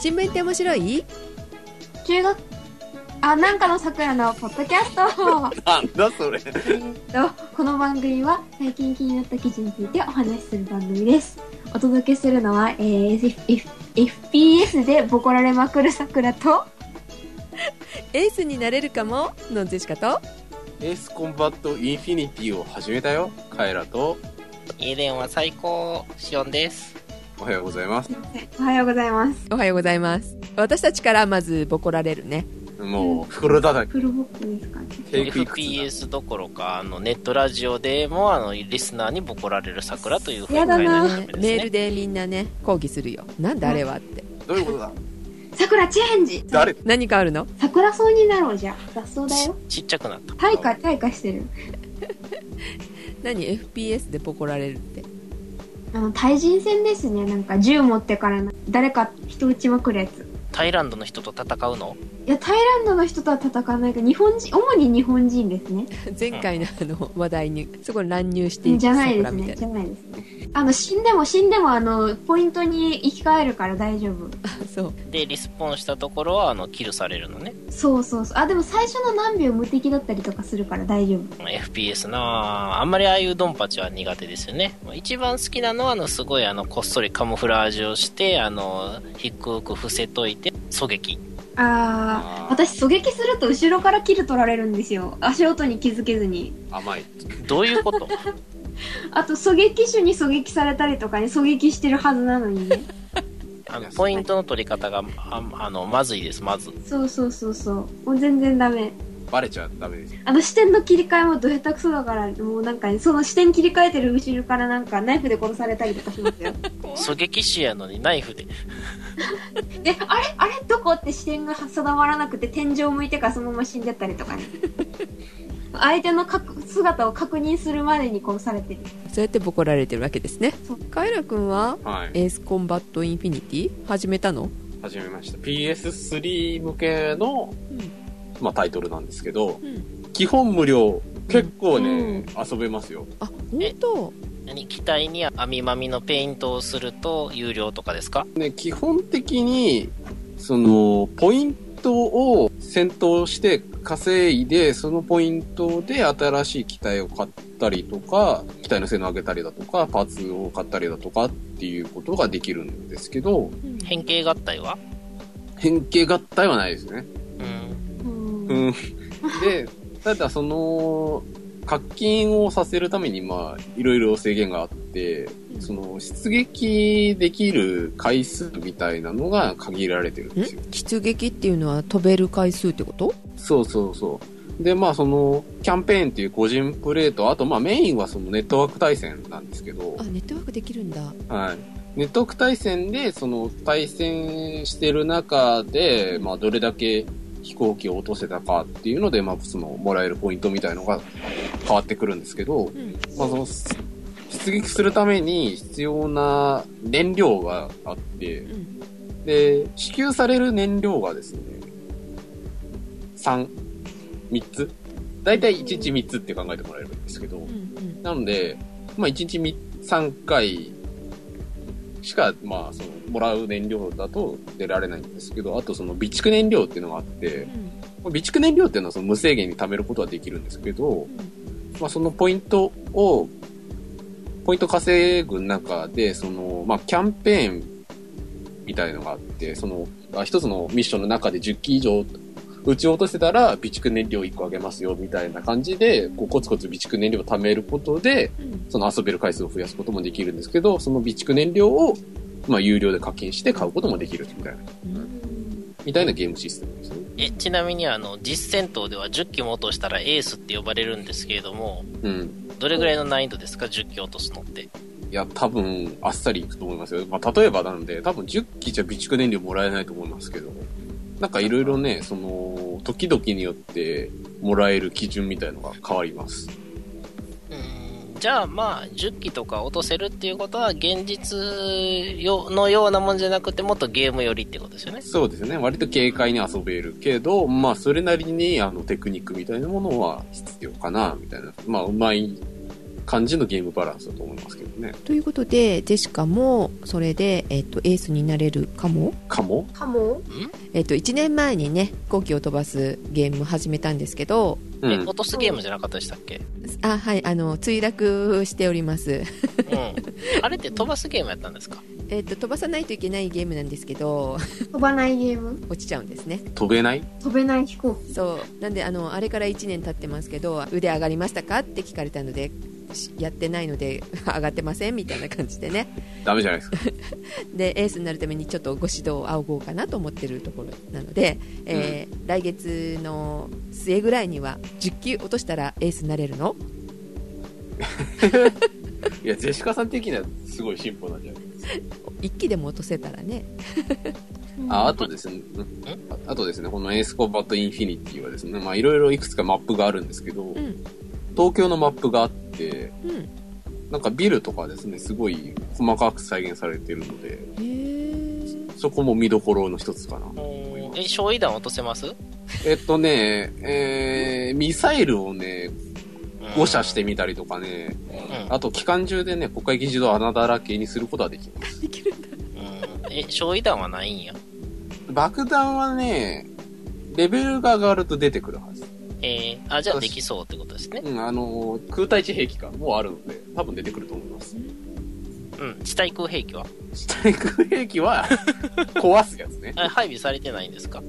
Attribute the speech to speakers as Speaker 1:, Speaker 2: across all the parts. Speaker 1: 新聞って面白い
Speaker 2: 中学あなんかのさくらのポッドキャスト
Speaker 3: なんだそれ。
Speaker 2: えーっとこの番組は最近気になった記事についてお話しする番組ですお届けするのは、えー、F- F- FPS でボコられまくるさくらと
Speaker 1: エースになれるかものジェシカと
Speaker 3: エースコンバットインフィニティを始めたよ。カエラと、
Speaker 4: エデンは最高、シオンです。
Speaker 3: おはようございます。
Speaker 2: おはようございます
Speaker 1: おはようございます私たちからまずボコられるね
Speaker 3: もう、袋叩き。
Speaker 2: プロボックですかね
Speaker 3: テイクいくつだ
Speaker 4: FPS どころか、あの、ネットラジオでも、あの、リスナーにボコられる桜という
Speaker 2: やだな
Speaker 4: の
Speaker 2: あ
Speaker 4: 始めです
Speaker 1: メ
Speaker 4: ね。
Speaker 1: ールでみんなね抗議するよなんであれはって
Speaker 3: どういうことだ
Speaker 2: さくらチェンジ
Speaker 3: 誰
Speaker 1: 何かあるの
Speaker 2: さくらそうになろうじゃ雑草だ
Speaker 4: ち
Speaker 2: よ
Speaker 4: ちっちゃくなった。
Speaker 2: 退化退化してる
Speaker 1: 何 FPS でボコられるって
Speaker 2: あの対人戦ですねなんか銃持ってからな誰か人撃ちまくるやつ
Speaker 4: タイランドの人と戦うの
Speaker 2: いやタイランドの人とは戦わないけど日本人主に日本人ですね
Speaker 1: 前回のあの話題にそこに乱入していく
Speaker 2: じゃないで
Speaker 1: 桜
Speaker 2: す
Speaker 1: みた
Speaker 2: ね
Speaker 1: い
Speaker 2: じ
Speaker 1: な
Speaker 2: ゃないですねあの死んでも死んでもあのポイントに生き返るから大丈夫
Speaker 1: そう
Speaker 4: で、リスポンしたところは、あの、キルされるのね。
Speaker 2: そうそうそうあでも最初の何秒無敵だったりとかするから大丈夫
Speaker 4: FPS なああんまりああいうドンパチは苦手ですよね。一番好きなのは、あの、すごい、あの、こっそりカムフラージュをして、あの、低く伏せといて、狙撃。
Speaker 2: ああ
Speaker 3: あー
Speaker 2: 私狙撃すると後ろからキル取られるんですよ足音に気づけずに
Speaker 3: 甘い。
Speaker 4: どういうこと
Speaker 2: あと狙撃手に狙撃されたりとかね狙撃してるはずなの にね
Speaker 4: あの、ポイントの取り方が、ああの、まずいです、まず。
Speaker 2: そうそうそうそうもう全然ダメ
Speaker 3: バレちゃダメですよ。
Speaker 2: あの視点の切り替えもど下手くそだからもうなんかねその視点切り替えてる後ろからなんかナイフで殺されたりとかしますよ
Speaker 4: 狙撃手やのにナイフで。
Speaker 2: であれあれどこって視点が定まらなくて天井向いてからそのまま死んじゃったりとか ね相手のかく姿を確認するまでに殺されてる
Speaker 1: そうやってボコられてるわけですね
Speaker 2: そう
Speaker 1: カイラ君は
Speaker 3: はい。
Speaker 1: エースコンバットインフィニティ始めたの
Speaker 3: 始めました。PS3 向けの、
Speaker 1: うん
Speaker 3: まあタイトルなんですけど、
Speaker 1: うん
Speaker 3: 基本無料。結構ね、遊べますよ。
Speaker 1: あ本当
Speaker 4: 何機体に網まみのペイントをすると有料とかですか
Speaker 3: ね、基本的に、その、ポイントを戦闘して稼いで、そのポイントで新しい機体を買ったりとか、機体の性能を上げたりだとか、パーツを買ったりだとかっていうことができるんですけど、
Speaker 4: 変形合体は
Speaker 3: 変形合体はないですね。
Speaker 4: うん。
Speaker 2: うん
Speaker 3: うん。で、ただその、課金をさせるために、まあ、いろいろ制限があって、その、出撃できる回数みたいなのが限られてるんですよ。
Speaker 1: ん出撃っていうのは飛べる回数ってこと
Speaker 3: そうそうそう。で、まあその、キャンペーンっていう個人プレイと、あとまあメインはそのネットワーク対戦なんですけど
Speaker 1: あ、ネットワークできるんだ
Speaker 3: はい。ネットワーク対戦で、その、対戦してる中で、まあどれだけ飛行機を落とせたかっていうので、まあその、もらえるポイントみたいのが変わってくるんですけど、
Speaker 1: うん
Speaker 3: まあその、出撃するために必要な燃料があって、
Speaker 1: うん
Speaker 3: で、支給される燃料がですね、3、3つ。だいたい1日3つって考えてもらえればいいんですけど
Speaker 1: う、ん
Speaker 3: なので、まあ1日3回しか、まあその、もらう燃料だと出られないんですけど、あとその備蓄燃料っていうのがあって
Speaker 1: う、ん
Speaker 3: 備蓄燃料っていうのはその無制限に貯めることはできるんですけど
Speaker 1: う、ん
Speaker 3: まあ、そのポイントを、ポイント稼ぐ中で、その、まあ、キャンペーンみたいのがあって、その、あ一つのミッションの中で10機以上撃ち落とせたら、備蓄燃料1個あげますよ、みたいな感じで、こう、コツコツ備蓄燃料を貯めることで、
Speaker 1: うん
Speaker 3: その遊べる回数を増やすこともできるんですけど、その備蓄燃料を、まあ、有料で課金して買うこともできる、みたいな、みたいなゲームシステムですね。
Speaker 4: え、ちなみにあの、実戦闘では10機も落としたらエースって呼ばれるんですけれども、
Speaker 3: うん。
Speaker 4: どれぐらいの難易度ですか ?10 機落とすのって。
Speaker 3: いや、多分、あっさりいくと思いますよ。まあ、例えばなんで、多分10機じゃ備蓄燃料もらえないと思いますけど、なんかいろいろね、その、時々によってもらえる基準みたいのが変わります。
Speaker 4: うん。じゃあまあ、10機とか落とせるっていうことは、現実よのようなもんじゃなくて、もっとゲームよりってことですよね。
Speaker 3: そうですね、割と軽快に遊べるけど、まあ、それなりに、あの、テクニックみたいなものは必要かな、みたいな。まあ、うまい感じのゲームバランスだと思いますけどね。
Speaker 1: ということでジェシカもそれで、えっとエースになれるかも、
Speaker 3: かも
Speaker 2: かも
Speaker 1: えっと1年前にね飛行機を飛ばすゲーム始めたんですけど
Speaker 3: う
Speaker 4: え
Speaker 3: ん
Speaker 4: 落。とすゲームじゃなかったでしたっけ
Speaker 1: あはいあの墜落しております、
Speaker 4: うん。あれって飛ばすゲームやったんですか
Speaker 1: えっと飛ばさないといけないゲームなんですけど
Speaker 2: 飛ばないゲーム
Speaker 1: 落ちちゃうんですね
Speaker 3: 飛べない
Speaker 2: 飛べない飛行機
Speaker 1: そうなんであのあれから1年経ってますけど腕上がりましたかって聞かれたのでしやってないので上がってませんみたいな感じでね
Speaker 3: ダメじゃないですか。
Speaker 1: でエースになるためにちょっとご指導を仰ごうかなと思ってるところなので、えー来月の末ぐらいには10球落としたらエースになれるの
Speaker 3: いや、ジェシカさん的にはすごい進歩なんじゃないですか。
Speaker 1: 1機でも落とせたらね
Speaker 3: あ、あとですね、うんああとですね、このエースコンバットインフィニティはですね、まあいろいろいくつかマップがあるんですけど、
Speaker 1: ん
Speaker 3: 東京のマップがあって、
Speaker 1: うん
Speaker 3: なんかビルとかですね、すごい細かく再現されてるので、
Speaker 1: へえ
Speaker 3: そこも見どころの一つかな。
Speaker 4: うんえ、焼夷弾落とせます
Speaker 3: えっとね、えー、ミサイルをね、誤射して
Speaker 4: み
Speaker 3: みたりとかね、
Speaker 4: うん
Speaker 3: あと期間中でね、国会議事堂を穴だらけにすることはできます。
Speaker 1: できるんだ
Speaker 4: うんえ、焼夷弾はないんや。
Speaker 3: 爆弾はね、レベルが上がると出てくるはず。
Speaker 4: えー、あ、じゃあできそうってことですね。
Speaker 3: うん、あのー空対地兵器か、もうあるので、多分出てくると思います。
Speaker 4: うん。地対空兵器は
Speaker 3: 地対空兵器 は、壊すやつね。
Speaker 4: あ配備されてないんですか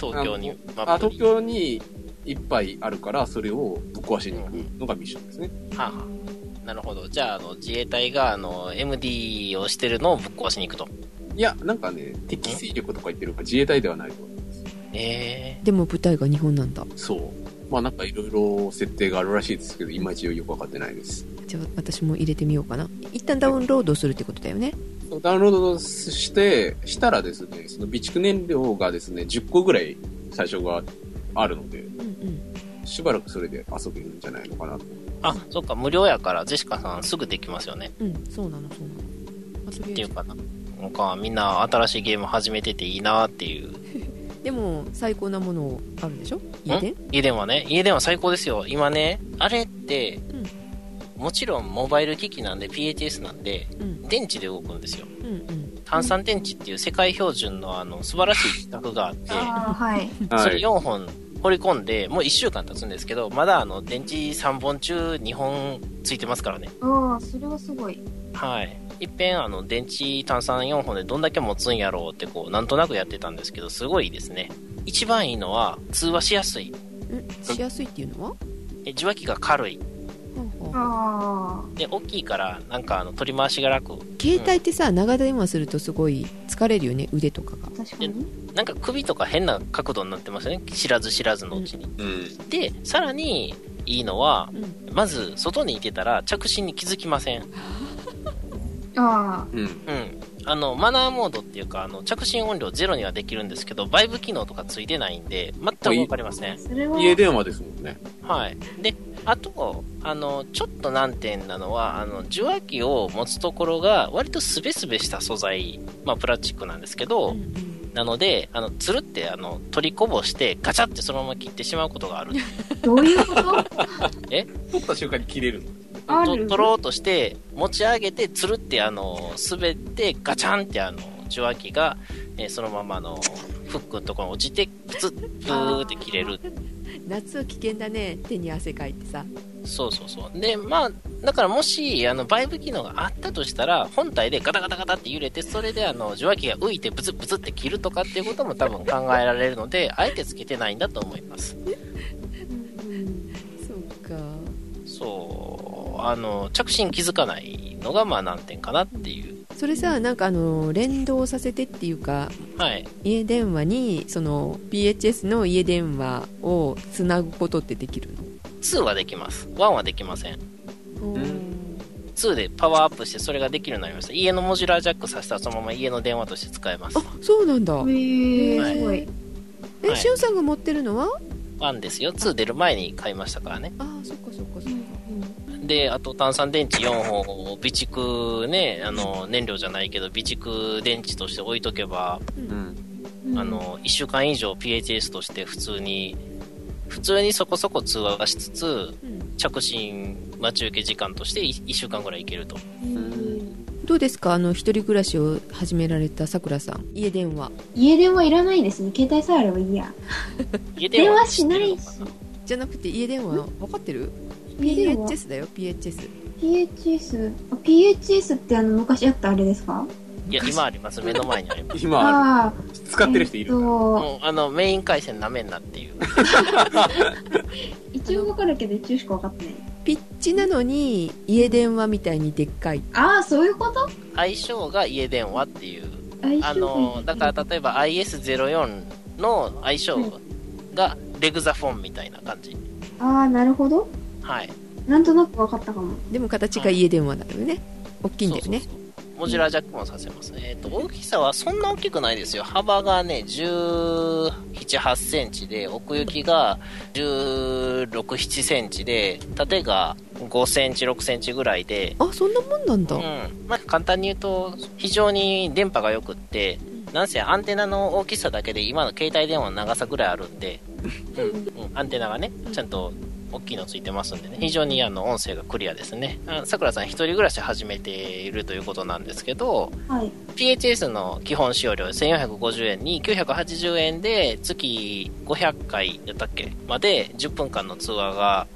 Speaker 4: 東京に
Speaker 3: あ。
Speaker 4: マ
Speaker 3: あ、
Speaker 4: ップ
Speaker 3: 東
Speaker 4: に
Speaker 3: 京にいっぱいあるから、それをぶっ壊しに行くのがミッションですね。
Speaker 4: はあはあなるほど。じゃあ、あの、自衛隊が、あの、MD をしてるのをぶっ壊しに行くと。
Speaker 3: いや、なんかね、敵勢力とか言ってるから自衛隊ではないと思います。
Speaker 4: え
Speaker 1: でも舞台が日本なんだ
Speaker 3: そう。まあなんかいろいろ設定があるらしいですけど、いまいちよくわかってないです。
Speaker 1: じゃあ私も入れてみようかな一旦ダウンロードするってことだよね
Speaker 3: ダウンロードして、したらですね、その備蓄燃料がですね、10個ぐらい最初があるので、
Speaker 1: うんうん
Speaker 3: しばらくそれで遊べるんじゃないのかなと。
Speaker 4: ー、あ、そっか、無料やから、ジェシカさんすぐできますよね。
Speaker 1: うんそうなのそうなのあとりあえず
Speaker 4: っていうかな。なんか、みんな新しいゲーム始めてていいなっていう。
Speaker 1: でも最高なものあるでしょ家電
Speaker 4: 家電はね、家電は最高ですよ。今ね、あれって、
Speaker 1: ん
Speaker 4: もちろんモバイル機器なんで PHS なんで、
Speaker 1: うん
Speaker 4: 電池で動くんですよ。
Speaker 1: うんうん
Speaker 4: 炭酸電池っていう世界標準のあの、素晴らしい企画があって、
Speaker 2: あーはい
Speaker 4: それ4本掘り込んで、もう1週間経つんですけど、まだあの、電池3本中2本ついてますからね。
Speaker 2: ああそれはすごい
Speaker 4: はい。いっぺんあの、電池炭酸4本でどんだけ持つんやろうってこう、なんとなくやってたんですけど、すごいですね。一番いいのは、通話しやすい。
Speaker 1: んしやすいっていうのは
Speaker 4: え受話器が軽い。
Speaker 1: はあはあ
Speaker 2: あ
Speaker 4: で、大きいから、なんかあの、取り回しが楽。
Speaker 1: 携帯ってさ長電話するとすごい疲れるよね腕とかが
Speaker 2: あ確かに
Speaker 4: なんか首とか変な角度になってますよね。知らず知らずのうちに。
Speaker 3: うん。
Speaker 4: で、さらに、いいのは、
Speaker 1: うん
Speaker 4: まず、外にいてたら、着信に気づきません。
Speaker 2: あ
Speaker 3: うん。
Speaker 4: うん。あの、マナーモードっていうか、あの、着信音量ゼロにはできるんですけど、バイブ機能とかついてないんで、全くわかりませ
Speaker 2: あ
Speaker 4: ん。
Speaker 2: それは
Speaker 3: 家電話ですもんね。
Speaker 4: はい。で、あと、あの、ちょっと難点なのは、あの、受話器を持つところが、割とスベスベした素材、まあ、プラスチックなんですけど、
Speaker 1: うん
Speaker 4: なので、あの、つるって、あの、取りこぼして、ガチャってそのまま切ってしまうことがある。
Speaker 2: どういうこと
Speaker 3: 取った瞬間に切れるの。
Speaker 2: あ
Speaker 4: と
Speaker 2: る
Speaker 4: 取ろうとして持ち上げてつるってあの滑ってガチャンってあの受話器が、えーそのままあのフックのところに落ちてプツップーって切れる
Speaker 1: うん夏は危険だね手に汗かいてさ
Speaker 4: そうそうそうでまあだからもしあのバイブ機能があったとしたら本体でガタガタガタって揺れてそれであの受話器が浮いてプツップツって切るとかっていうことも多分考えられるのであえてつけてないんだと思います
Speaker 2: うん
Speaker 1: そうか
Speaker 4: そうあの着信気づかないのがまあ難点かなっていう
Speaker 1: それさなんかあの連動させてっていうか
Speaker 4: はい
Speaker 1: 家電話にその PHS の家電話をつなぐことってできる
Speaker 4: 2はできます1はできません
Speaker 1: の
Speaker 3: うん
Speaker 4: 2でパワーアップしてそれができるようになりました家のモジュラージャックさせたらそのまま家の電話として使えます
Speaker 1: あそうなんだ
Speaker 2: へえ
Speaker 4: はい
Speaker 2: すごい
Speaker 1: え
Speaker 4: はい
Speaker 1: しおんさんが持ってるのは
Speaker 4: 1ですよ2出る前に買いましたからね
Speaker 1: ああそっかそっかそっか
Speaker 4: であと炭酸電池4本を備蓄ねあの燃料じゃないけど備蓄電池として置いとけば
Speaker 3: うん。
Speaker 2: うん
Speaker 4: あの1週間以上 PHS として普通に普通にそこそこ通話しつつ
Speaker 1: うん
Speaker 4: 着信待ち受け時間として1週間ぐらいいけると。
Speaker 1: どうですかあの一人暮らしを始められたさくらさん家電話
Speaker 2: 家電はいらないですね。携帯さえあればいいや。
Speaker 4: 家
Speaker 2: 電話
Speaker 4: 知っ
Speaker 2: してな
Speaker 4: るの
Speaker 2: い
Speaker 4: か
Speaker 2: し。
Speaker 1: じゃなくて家電話分かってる
Speaker 2: 家電は
Speaker 1: PHS だよ PHS
Speaker 2: PHS。あ PHS ってあの、昔あったあれですか
Speaker 4: いや、今あります。目の前にあります。
Speaker 3: 今、
Speaker 2: あー
Speaker 3: 使ってる人いる
Speaker 2: えっ
Speaker 3: から。
Speaker 2: と、
Speaker 4: もうあの、メイン回線なめんなっていう。
Speaker 2: 一応わかるけど一応しかわかってない。
Speaker 1: ピッチなのに家電話みたいにでっかい
Speaker 2: ああ、そういうこと
Speaker 4: 相性が家電話っていう。
Speaker 2: 相性が
Speaker 4: あの、だから例えば IS04 の相性がレグザフォンみたいな感じ。
Speaker 2: ああ、なるほど。
Speaker 4: はい。
Speaker 2: なんとなくわかったかも。
Speaker 1: でも形が家電話なのよね大きいんだよね
Speaker 4: そうそうそうモジュラージャックもさせます。えっ、と、大きさはそんな大きくないですよ。幅がね、17、8センチで、奥行きが16、7センチで、縦が5センチ、6センチぐらいで、
Speaker 1: あそんなもんなんだ、
Speaker 4: うんまあ、簡単に言うと非常に電波が良くってなんせアンテナの大きさだけで今の携帯電話の長さぐらいあるんで、うんうんアンテナがねちゃんと大きいのついてますんでね非常にあの音声がクリアですねあさくらさん一人暮らし始めているということなんですけど
Speaker 2: はい。
Speaker 4: PHS の基本使用料1450円に980円で月500回やったっけまで10分間の通話が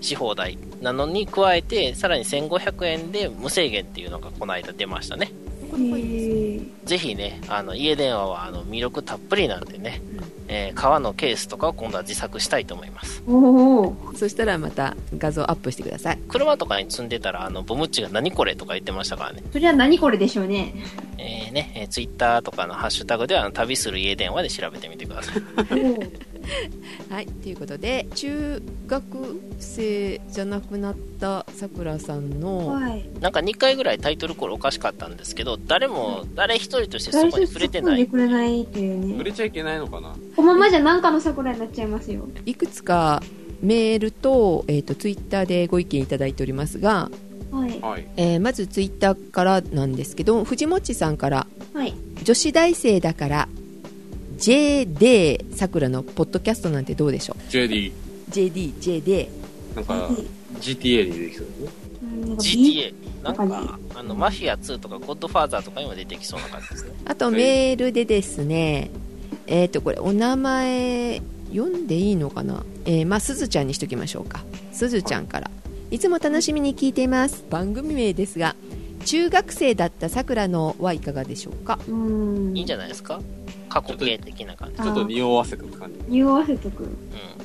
Speaker 4: し放題なのに加えてさらに1500円で無制限っていうのがこの間出ましたね
Speaker 1: こ
Speaker 2: へ
Speaker 1: れもいいですね
Speaker 2: え。
Speaker 4: ぜひねあの家電話はあの魅力たっぷりなんでね、えー革のケースとかを今度は自作したいと思います
Speaker 2: おお。
Speaker 1: そしたらまた画像アップしてください
Speaker 4: 車とかに積んでたらあのボムッチが何これとか言ってましたからね
Speaker 2: それは何これでしょうね。
Speaker 4: えーね、えー、Twitter とかのハッシュタグではあの旅する家電話で調べてみてください
Speaker 2: おー
Speaker 1: はい、ということで中学生じゃなくなったさくらさんの
Speaker 2: はい。
Speaker 4: なんか2回ぐらいタイトルコールおかしかったんですけど、誰も、誰一人としてそ
Speaker 2: 誰
Speaker 4: こ
Speaker 2: 一
Speaker 4: に
Speaker 2: つ
Speaker 4: 触
Speaker 2: 突
Speaker 4: れ
Speaker 2: って込
Speaker 4: なん
Speaker 2: で
Speaker 4: い。
Speaker 2: くれないっていう
Speaker 3: 触
Speaker 2: ね。
Speaker 3: れちゃいけないのかな
Speaker 2: このままじゃなんかの桜になっちゃいますよ。
Speaker 1: いくつかメールと,、えー、とツイッターでご意見いただいておりますが、
Speaker 2: はい。
Speaker 3: はい。
Speaker 1: えーまずツイッターからなんですけど藤もちさんから
Speaker 2: はい。
Speaker 1: 女子大生だから JD さくらのポッドキャストなんてどうでしょ
Speaker 3: JD、
Speaker 1: う JDJD
Speaker 3: なんか、
Speaker 2: う
Speaker 3: GTA に出てきそうですね。
Speaker 2: んなんか B-
Speaker 4: GTA。なんか、あの、マフィア2とかゴッドファーザーとかにも出てきそうな感じですね。
Speaker 1: あと
Speaker 3: はい
Speaker 1: メールでですね、えっ、と、これ、お名前、読んでいいのかなえー、まあ、すずちゃんにしときましょうか。すずちゃんから。いつも楽しみに聞いています。番組名ですが、中学生だったさくらのはいかがでしょうか
Speaker 2: うん。
Speaker 4: いいんじゃないですか過去形的な感じ。
Speaker 2: あ
Speaker 3: ちょっと匂わせとく感じ。
Speaker 2: 匂わせとく。
Speaker 4: う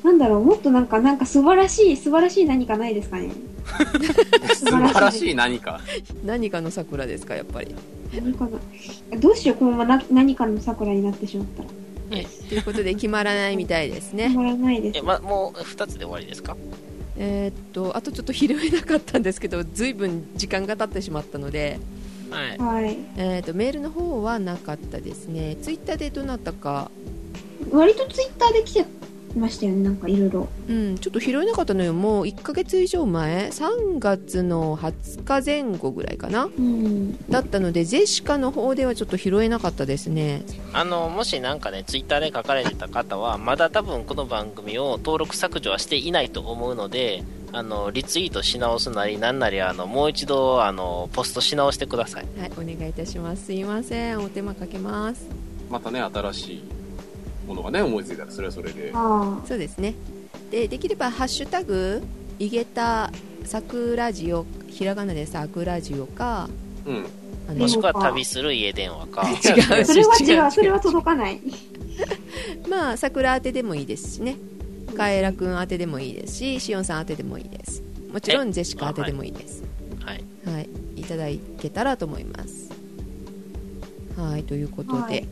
Speaker 2: なんだろう、もっとなんか、なんか素晴らしい、素晴らしい何かないですかね。
Speaker 3: 素晴らしい何か。
Speaker 1: 何かのさくらですか、やっぱり。
Speaker 2: 何かな。どうしよう、このままな何かの桜になってしまったら。
Speaker 4: え
Speaker 1: ということで、決まらないみたいです
Speaker 2: 止
Speaker 1: ね。
Speaker 2: まらないで
Speaker 4: ん。え、
Speaker 2: す。
Speaker 4: ま、もう2つで終わりですか
Speaker 1: えーっと、あとちょっと拾えなかったんですけど、ずいぶん時間が経ってしまったので、
Speaker 4: はい。
Speaker 2: はい。
Speaker 1: えーっと、メールの方はなかったですね。ツイッターでどなたか、
Speaker 2: 割とツイッターで来てましたよね、なんかいろいろ。
Speaker 1: うん、ちょっと拾えなかったのよもう1ヶ月以上前3月の20日前後ぐらいかな
Speaker 2: うん。
Speaker 1: だったのでゼシカの方ではちょっと拾えなかったですね
Speaker 4: あの、もしなんかね、ツイッターで書かれてた方は、まだ多分この番組を登録削除はしていないと思うので、あの、リツイートし直すなり、なんなり、あの、もう一度、あの、ポストし直してください。
Speaker 1: はいお願いいたしますすいませんお手間かけます
Speaker 3: またね、新しいものがね、思いついたら、それはそれで。
Speaker 2: あ
Speaker 1: そうですねでできれば「ハッシュタグいげたさくらじお」ひらがなでさくらじおか
Speaker 3: うん。
Speaker 1: あ
Speaker 4: も
Speaker 1: の
Speaker 4: しくは旅する家電話か。
Speaker 1: 違
Speaker 2: あ。
Speaker 1: う
Speaker 2: それは
Speaker 1: 違う違
Speaker 2: 違
Speaker 1: う
Speaker 2: う、それは届かない。
Speaker 1: まあ桜宛てでもいいですしねカエラくん宛てでもいいですししおんさん宛てでもいいですもちろんジェシカ宛てでもいいです
Speaker 4: はい。
Speaker 1: はい、いただけたらと思います。はい、ということで、
Speaker 2: はい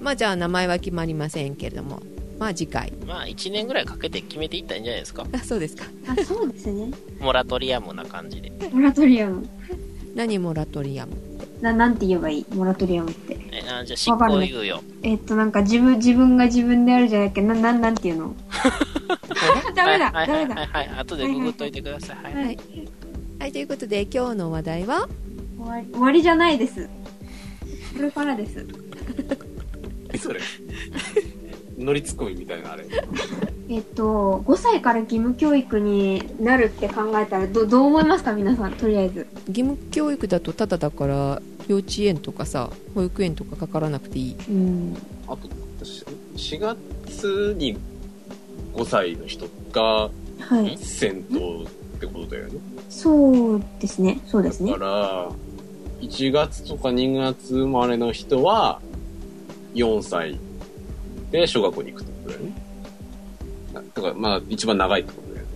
Speaker 1: まあじゃあ名前は決まりませんけれども、まあ次回、
Speaker 4: まあ、1年ぐらいかけて決めていったらいいんじゃないですか。
Speaker 1: あそうですか、
Speaker 2: あ、そうですね。
Speaker 4: モラトリアムな感じで。
Speaker 2: モラトリアム。
Speaker 1: 何モラトリアム、
Speaker 2: な、なんて言えばいいモラトリアムって。
Speaker 4: えあじゃあ、執行猶予。
Speaker 2: えっと、なんか自分、自分が自分であるじゃないけど、な、なん、なんていうのダメだ、
Speaker 4: はい
Speaker 2: ダメ
Speaker 4: はい
Speaker 2: だ。
Speaker 4: はいはい。後でググっといてください。はい。
Speaker 1: はい、はい、ということで今日の話題は、
Speaker 2: 終わり、終わりじゃないです。これからです。
Speaker 3: えそれ。乗りツッコミみたいな、あれ。
Speaker 2: えっと、5歳から義務教育になるって考えたらどどう思いますか皆さんとりあえず
Speaker 1: 義務教育だとただだから幼稚園とかさ保育園とかかからなくていい
Speaker 2: うん
Speaker 3: あと、私4月に5歳の人が
Speaker 2: はい
Speaker 3: 戦闘ってことだよね。
Speaker 2: そうですねそうですね
Speaker 3: だから、1月とか2月生まれの人は、4歳で小学校に行くってことだよね。なだから、まあ、一番長いってことだよ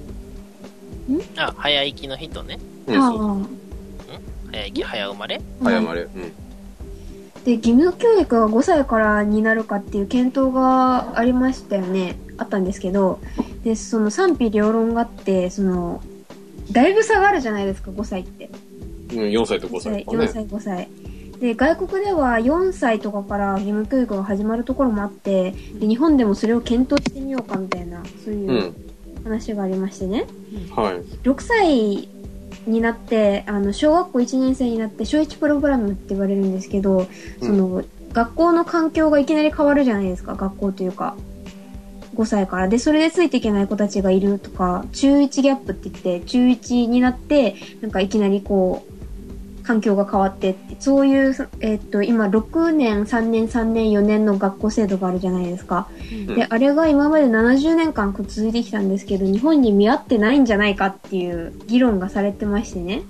Speaker 3: ね。
Speaker 4: あ、早生きの人ね。
Speaker 3: うん、そう。
Speaker 2: あ
Speaker 4: 早生き、早生まれ。
Speaker 2: あ
Speaker 3: 早
Speaker 2: はい
Speaker 3: 生まれ。うん。
Speaker 2: で義務教育が5歳からになるかっていう検討がありましたよねあったんですけどでその賛否両論があってそのだいぶ差があるじゃないですか5歳って
Speaker 3: うん、4歳と5歳とか
Speaker 2: 4
Speaker 3: ね。
Speaker 2: 歳5歳で外国では4歳とかから義務教育が始まるところもあってで日本でもそれを検討してみようかみたいなそう
Speaker 3: う。
Speaker 2: いうん話がありましてね、
Speaker 3: はい。
Speaker 2: 6歳になってあの小学校1年生になって小1プログラムって言われるんですけどその、学校の環境がいきなり変わるじゃないですか学校というか5歳からでそれでついていけない子たちがいるとか中1ギャップって言って中1になってなんかいきなりこう環境が変わってってそういう、えっと今6年3年3年4年の学校制度があるじゃないですか、
Speaker 3: うん
Speaker 2: であれが今まで70年間続いてきたんですけど日本に見合ってないんじゃないかっていう議論がされてましてね、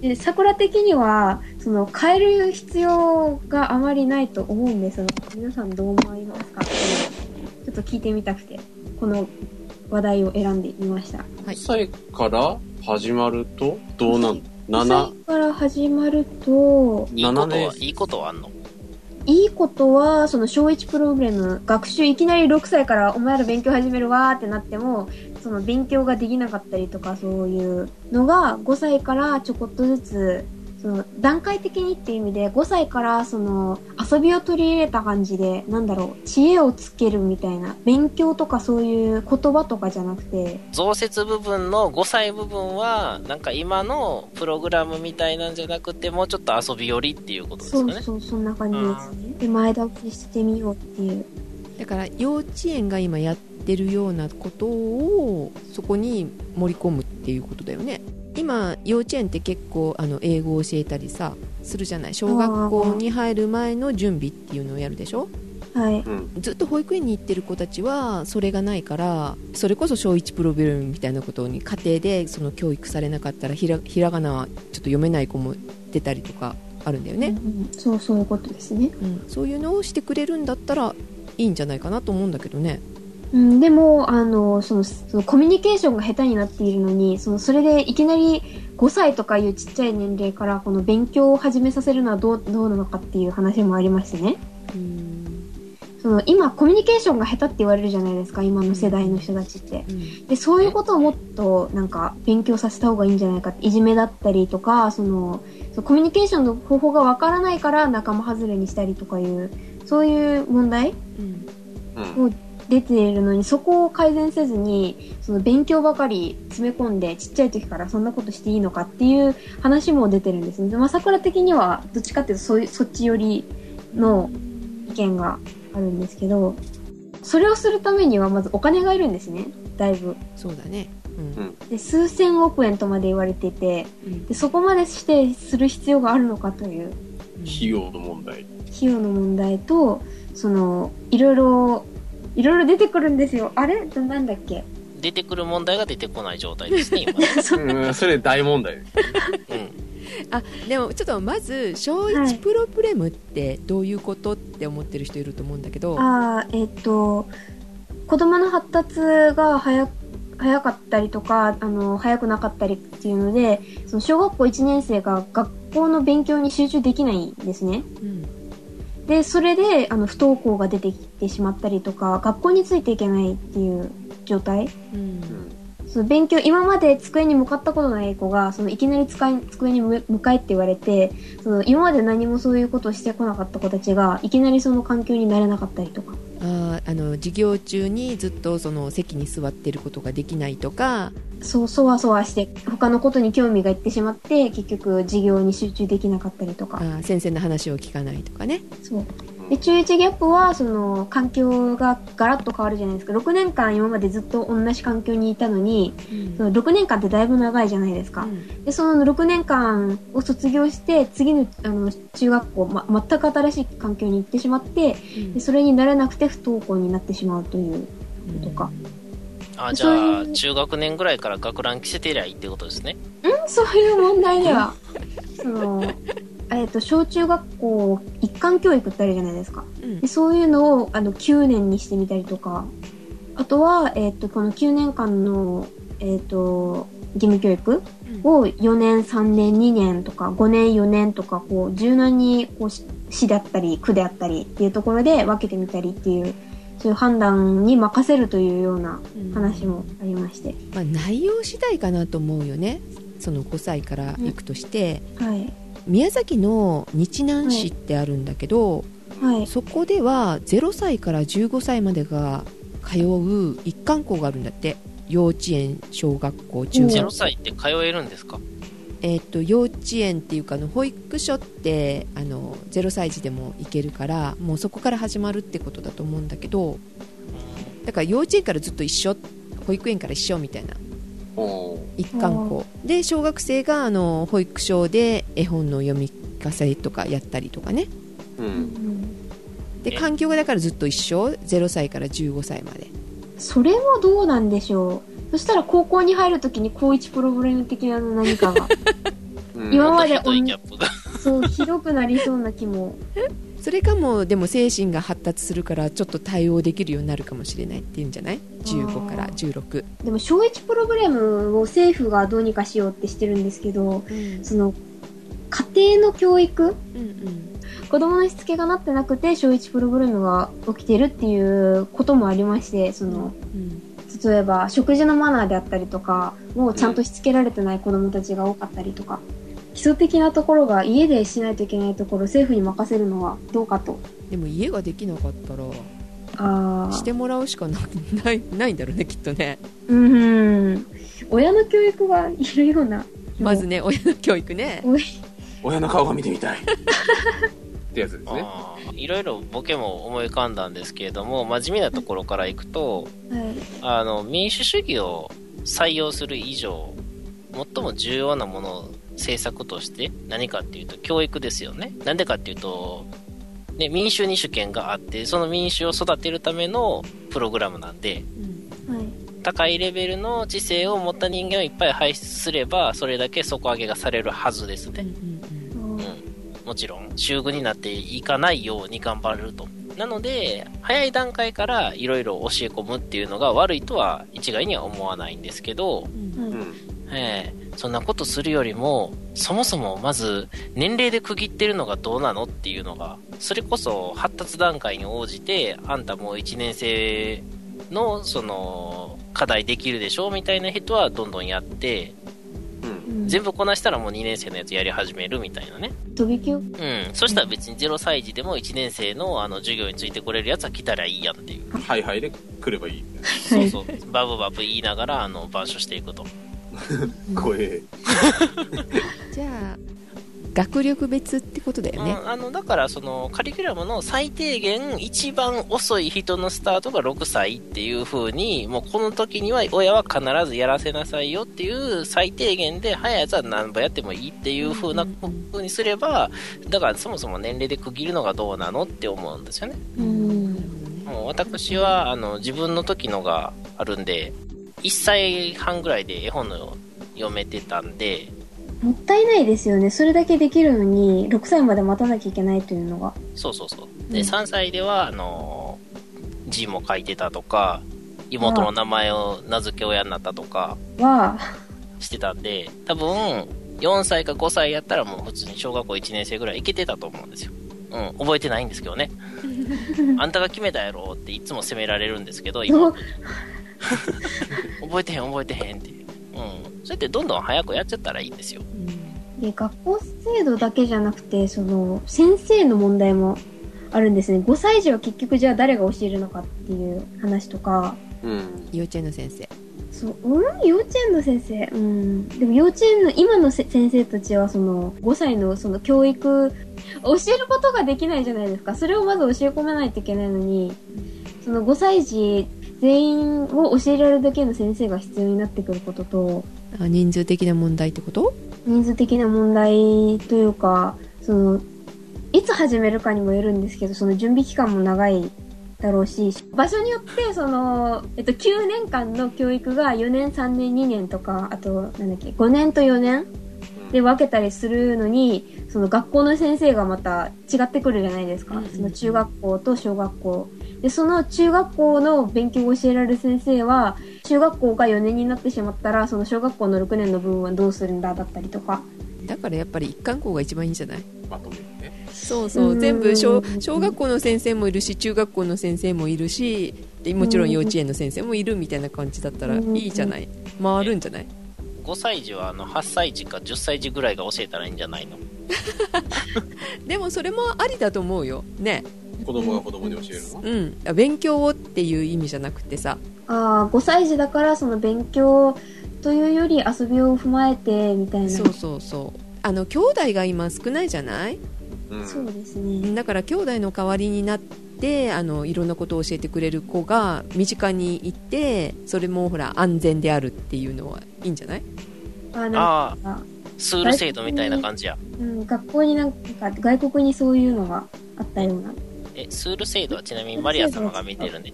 Speaker 2: で桜的にはその変える必要があまりないと思うんですが皆さんどう思いますかっていうのをちょっと聞いてみたくてこの話題を選んでみました
Speaker 1: はい
Speaker 3: 5歳から始まると、どうなん
Speaker 2: 歳
Speaker 3: ?7、
Speaker 2: から始まると
Speaker 4: いいこと
Speaker 3: 7
Speaker 4: は
Speaker 3: 年、、
Speaker 4: いいことはあんの。
Speaker 2: いいことはその小1プログラム学習いきなり6歳からお前ら勉強始めるわーってなってもその勉強ができなかったりとかそういうのが5歳からちょこっとずつその段階的にっていう意味で5歳からその遊びを取り入れた感じでなんだろう知恵をつけるみたいな勉強とかそういう言葉とかじゃなくて
Speaker 4: 増設部分の5歳部分は、なんか今のプログラムみたいなんじゃなくて、もうちょっと遊び寄りっていうことです
Speaker 2: そ
Speaker 4: よ
Speaker 2: う
Speaker 4: ね。
Speaker 2: そうそんな感じですねで前倒ししてみようっていう
Speaker 1: だから幼稚園が今やってるようなことをそこに盛り込むっていうことだよね今幼稚園って結構あの英語を教えたりさするじゃない小学校に入る前の準備っていうのをやるでしょ
Speaker 2: はい
Speaker 3: うん。
Speaker 1: ずっと保育園に行ってる子たちはそれがないからそれこそ小1プログラムみたいなことに家庭でその教育されなかったらひらひらがなはちょっと読めない子も出たりとかあるんだよ
Speaker 2: う
Speaker 1: ね、
Speaker 2: んうんそうそういうことですね
Speaker 1: うんそういうのをしてくれるんだったらいいんじゃないかなと思うんだけどね
Speaker 2: うん、でもあのそのそのコミュニケーションが下手になっているのにそのそれでいきなり5歳とかいうちっちゃい年齢からこの勉強を始めさせるのはどうどうなのかっていう話もありましてねその今コミュニケーションが下手って言われるじゃないですか今の世代の人たちって。でそういうことをもっとなんか勉強させた方がいいんじゃないかっていじめだったりとかそのそのコミュニケーションの方法がわからないから仲間外れにしたりとかいうそういう問題
Speaker 1: うん
Speaker 3: うん。
Speaker 2: 出ているのにそこを改善せずにその勉強ばかり詰め込んでちっちゃい時からそんなことしていいのかっていう話も出てるんですね。でまあ、桜的にはどっちかっていうとそういうそっち寄りの意見があるんですけどそれをするためにはまずお金がいるんですねだいぶ。
Speaker 1: そうだねうん
Speaker 2: で数千億円とまで言われていてでそこまでしてする必要があるのかという
Speaker 1: うん
Speaker 3: 費用の問題。
Speaker 2: 費用の問題とそのいろいろいろいろ出てくるんですよ。あれななんだっけ
Speaker 4: 出てくる問題が出てこない状態で すね、
Speaker 3: う
Speaker 4: 今。
Speaker 3: ん、それ大問題。
Speaker 4: うん。
Speaker 1: あでもちょっとまず小
Speaker 2: はい
Speaker 1: 1プログラムってどういうことって思ってる人いると思うんだけど、
Speaker 2: あーえっ、と子供の発達が早早かったりとかあの早くなかったりっていうのでその小学校1年生が学校の勉強に集中できないんですね
Speaker 1: うん
Speaker 2: でそれであの不登校が出てきてしまったりとか学校についていけないっていう状態
Speaker 1: うん
Speaker 2: その勉強今まで机に向かったことない子がそのいきなり使い机に向向かいって言われてその今まで何もそういうことをしてこなかった子たちがいきなりその環境になれなかったりとか
Speaker 1: あーあの授業中にずっとその席に座ってることができないとか、
Speaker 2: そう、そわそわして、他のことに興味がいってしまって、結局、授業に集中できなかったりと
Speaker 1: あ
Speaker 2: か。
Speaker 1: ー先生の話を聞かないとかね。
Speaker 2: そう。
Speaker 3: うん。
Speaker 2: で中1ギャップはその環境がガラッと変わるじゃないですか6年間今までずっと同じ環境にいたのにその6年間ってだいぶ長いじゃないですか、でその6年間を卒業して次のあの中学校、ま、全く新しい環境に行ってしまってでそれになれなくて不登校になってしまうという
Speaker 1: うん
Speaker 2: とか
Speaker 4: あじ
Speaker 2: そういう
Speaker 4: ゃあ中学年ぐらいから学ラン着せてりゃいいってことですね
Speaker 2: そういう問題ではその、えっと小中学校一貫教育ってあるじゃないですか
Speaker 1: うん
Speaker 2: でそういうのをあの9年にしてみたりとかあとは、えっとこの9年間の、えっと義務教育を4年3年2年とか5年4年とかこう柔軟にこうし市であったり区であったりっていうところで分けてみたりっていうそういう判断に任せるというような
Speaker 1: うん
Speaker 2: 話もありまして、
Speaker 1: まあ、内容次第かなと思うよねその5歳から行くとして、
Speaker 2: はい
Speaker 1: 宮崎の日南市ってあるんだけど、
Speaker 2: はい
Speaker 1: そこでは0歳から15歳までが通う一貫校があるんだって幼稚園小学校中学校
Speaker 4: 0歳って通えるんですか
Speaker 1: えっと幼稚園っていうかあの保育所ってあの0歳児でも行けるからもうそこから始まるってことだと思うんだけどだから幼稚園からずっと一緒保育園から一緒みたいな
Speaker 3: おー
Speaker 1: 一貫校で小学生があの保育所で絵本の読み聞かせとかやったりとかね
Speaker 3: う。
Speaker 2: うんん
Speaker 1: で
Speaker 4: え
Speaker 1: 環境がだからずっと一緒0歳から15歳まで
Speaker 2: それもどうなんでしょうそしたら高校に入るときに高一プロブレム的な何かが
Speaker 3: うん
Speaker 2: 今
Speaker 4: ま
Speaker 2: ま
Speaker 4: た
Speaker 2: で
Speaker 4: ひどいギャップが
Speaker 2: そうひどくなりそうな気も
Speaker 1: それかもでも精神が発達するからちょっと対応できるようになるかもしれないっていうんじゃない15から16、
Speaker 2: でも小一プログラムを政府がどうにかしようってしてるんですけど
Speaker 1: うん
Speaker 2: その家庭の教育
Speaker 1: うん
Speaker 2: 子供のしつけがなってなくて小一プログラムが起きてるっていうこともありましてその
Speaker 1: うん
Speaker 2: 例えば食事のマナーであったりとかもうちゃんとしつけられてない子供たちが多かったりとか、基礎的なところが家でしないといけないところを政府に任せるのはどうかと
Speaker 1: でも家ができなかったら
Speaker 2: あー
Speaker 1: してもらうしかなないないんだろうねきっとね
Speaker 2: うんうん親の教育がいるような
Speaker 1: まずね親の教育ね
Speaker 2: おい
Speaker 3: 親の顔が見てみたい。ってやつですね。
Speaker 4: あーいろいろボケも思い浮かんだんですけれども真面目なところからいくと
Speaker 2: はい
Speaker 4: あの民主主義を採用する以上最も重要なものを政策として何かっていうと教育ですよねなんでかっていうと、ね、民主に主権があってその民主を育てるためのプログラムなんで
Speaker 2: はい
Speaker 4: 高いレベルの知性を持った人間をいっぱい輩出すればそれだけ底上げがされるはずです
Speaker 1: うん
Speaker 4: ね
Speaker 1: うん
Speaker 4: もちろん週具になっていかないように頑張るとなので早い段階からいろいろ教え込むっていうのが悪いとは一概には思わないんですけど、
Speaker 1: うん
Speaker 2: はい
Speaker 3: うん。
Speaker 4: ええそんなことするよりもそもそもまず年齢で区切ってるのがどうなのっていうのがそれこそ発達段階に応じてあんたもう1年生のその課題できるでしょみたいな人はどんどんやって
Speaker 3: うん。
Speaker 2: うん
Speaker 4: 全部こなしたらもう2年生のやつやり始めるみたいなね
Speaker 2: 飛び級
Speaker 4: うん、そしたら別に0歳児でも1年生のあの授業についてこれるやつは来たらいいやっていう、
Speaker 3: ハイハイで来ればいい。
Speaker 4: そうそう、バブバブ言いながらあの板書していくと、
Speaker 3: 怖え。
Speaker 1: じゃあ学力別ってことだ
Speaker 4: う
Speaker 1: よね、
Speaker 4: ん、あのだからそのカリキュラムの最低限一番遅い人のスタートが6歳っていう風にもうこの時には親は必ずやらせなさいよっていう最低限で早いやつは何ぼやってもいいっていう風な
Speaker 1: うんうんうん
Speaker 4: 風にすればだからそもそも年齢で区切るのがどうなのって思うんですよね
Speaker 2: うん
Speaker 1: なるほどね
Speaker 4: もう私はあの自分の時のがあるんで1歳半ぐらいで絵本の読めてたんで
Speaker 2: もったいないですよね。それだけできるのに、6歳まで待たなきゃいけないというのが。
Speaker 4: そうそうそう
Speaker 2: う
Speaker 4: で
Speaker 2: ん
Speaker 4: 3歳ではあの字も書いてたとか妹の名前を名付け親になったとか
Speaker 2: は、
Speaker 4: してたんで多分4歳か5歳やったらもう普通に小学校1年生ぐらいいけてたと思うんですようん、覚えてないんですけ どねあんたが決めたやろっていつも責められるんですけど今
Speaker 2: どう
Speaker 4: 覚えてへん覚えてへんってうんそうやってどんどん早くやっちゃったらいいんですよ
Speaker 2: で、学校制度だけじゃなくて、その、先生の問題もあるんですね。5歳児は結局じゃあ誰が教えるのかっていう話とか、
Speaker 3: うん。
Speaker 1: 幼稚園の先生
Speaker 2: そう、うん幼稚園の先生。うん。でも幼稚園の今のせ先生たちは、その、5歳のその教育教えることができないじゃないですか。それをまず教え込まないといけないのに、その5歳児全員を教えられるだけの先生が必要になってくることと、
Speaker 1: あ人数的な問題ってこと
Speaker 2: 人数的な問題というか、その、いつ始めるかにもよるんですけど、その準備期間も長いだろうし、場所によって、その、えっと、9年間の教育が4年、3年、2年とか、あと、なんだっけ、5年と4年で分けたりするのに、その学校の先生がまた違ってくるじゃないですか。
Speaker 1: うんうん
Speaker 2: その中学校と小学校。で、その中学校の勉強を教えられる先生は、中学校が4年になってしまったら、その小学校の6年の分はどうするんだだったりとか。
Speaker 1: だからやっぱり一貫校が一番いいんじゃない
Speaker 3: まとめてね。
Speaker 1: そうそううん全部小小学校の先生もいるし中学校の先生もいるしでもちろん幼稚園の先生もいるみたいな感じだったらい
Speaker 2: うん
Speaker 1: いじゃない回るんじゃない
Speaker 4: 5歳児はあの8歳児か10歳児ぐらいが教えたらいいんじゃないの
Speaker 1: でもそれもありだと思うよね
Speaker 3: 子供が子供に教えるの
Speaker 1: うん勉強をっていう意味じゃなくてさ
Speaker 2: ああ、5歳児だからその勉強というより遊びを踏まえてみたいな。
Speaker 1: そうそうそうあの兄弟が今少ないじゃない
Speaker 3: うん。
Speaker 2: そうですね。
Speaker 1: だから兄弟の代わりになってあのいろんなことを教えてくれる子が身近にいてそれもほら安全であるっていうのはいいんじゃない
Speaker 2: あーなん
Speaker 4: ああ
Speaker 2: か、
Speaker 4: スール制度みたいな感じや
Speaker 2: うん、学校になんか、外国にそういうのがあったような。
Speaker 4: えスール制度はちなみにマリア様が見てるんで